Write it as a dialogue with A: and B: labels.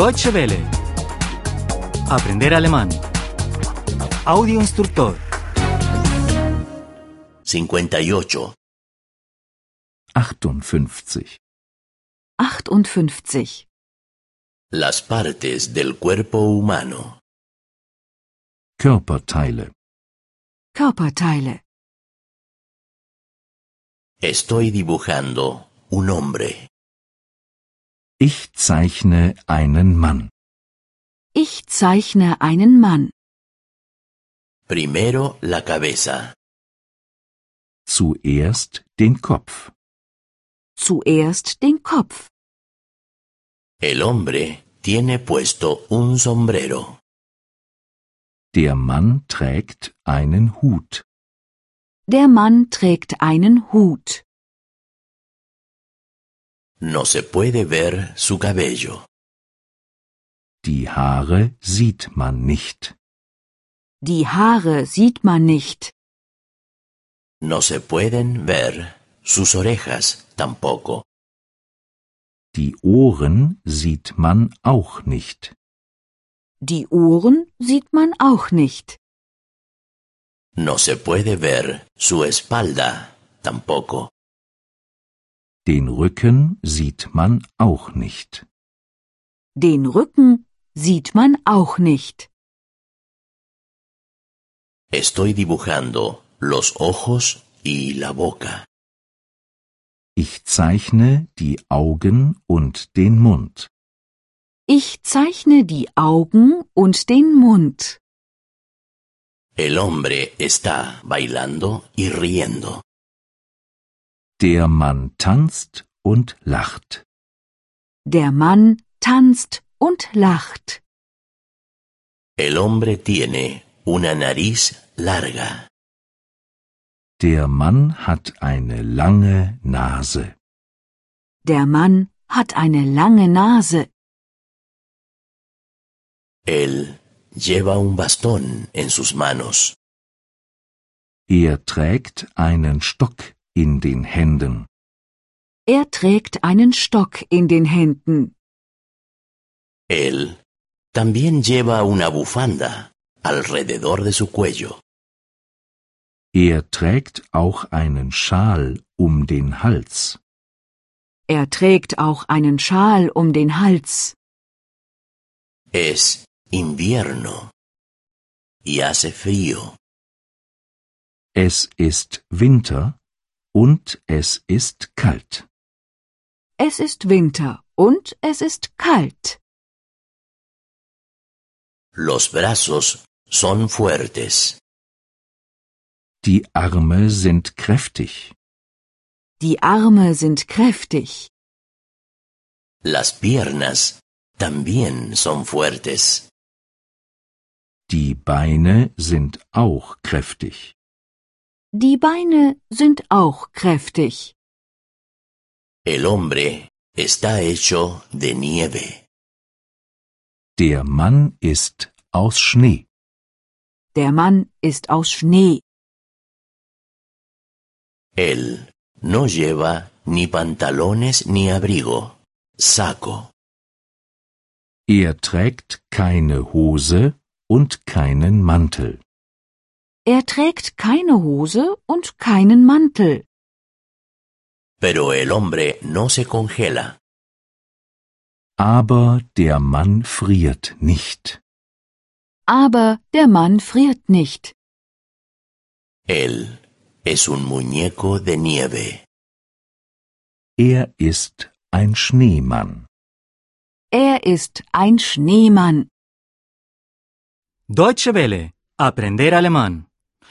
A: Deutsche Welle. Aprender alemán. Audio instructor.
B: 58.
C: 58.
D: 58.
B: Las partes del cuerpo humano.
C: Körperteile.
D: Körperteile.
B: Estoy dibujando un hombre.
C: Ich zeichne einen Mann.
D: Ich zeichne einen Mann.
B: Primero la cabeza,
C: Zuerst den Kopf.
D: Zuerst den Kopf.
B: El hombre tiene puesto un sombrero.
C: Der Mann trägt einen Hut.
D: Der Mann trägt einen Hut.
B: No se puede ver su cabello.
C: Die Haare sieht man nicht.
D: Die Haare sieht man nicht.
B: No se pueden ver sus orejas tampoco.
C: Die Ohren sieht man auch nicht.
D: Die Ohren sieht man auch nicht.
B: No se puede ver su espalda tampoco.
C: Den Rücken sieht man auch nicht.
D: Den Rücken sieht man auch nicht.
B: Estoy dibujando los ojos y la boca.
C: Ich zeichne die Augen und den Mund.
D: Ich zeichne die Augen und den Mund.
B: El hombre está bailando y riendo.
C: Der Mann tanzt und lacht.
D: Der Mann tanzt und lacht.
B: El hombre tiene una nariz larga.
C: Der Mann hat eine lange Nase.
D: Der Mann hat eine lange Nase.
B: Él lleva un bastón en sus manos.
C: Er trägt einen Stock in den Händen.
D: Er trägt einen Stock in den Händen.
B: Él también lleva una bufanda alrededor de su cuello.
C: Er trägt auch einen Schal um den Hals.
D: Er trägt auch einen Schal um den Hals.
B: Es invierno y hace frío.
C: Es ist Winter und es ist kalt.
D: Es ist Winter und es ist kalt.
B: Los brazos son fuertes.
C: Die Arme sind kräftig.
D: Die Arme sind kräftig.
B: Las piernas también son fuertes.
C: Die Beine sind auch kräftig.
D: Die Beine sind auch kräftig.
B: El hombre está hecho de nieve.
C: Der Mann ist aus Schnee.
D: Der Mann ist aus Schnee.
B: Él no lleva ni pantalones ni abrigo. Saco.
C: Er trägt keine Hose und keinen Mantel.
D: Er trägt keine Hose und keinen Mantel.
B: Pero el hombre no se congela.
C: Aber der Mann friert nicht.
D: Aber der Mann friert nicht.
B: Él es un muñeco de nieve.
C: Er ist ein Schneemann.
D: Er ist ein Schneemann.
A: Deutsche Welle. Aprender alemán.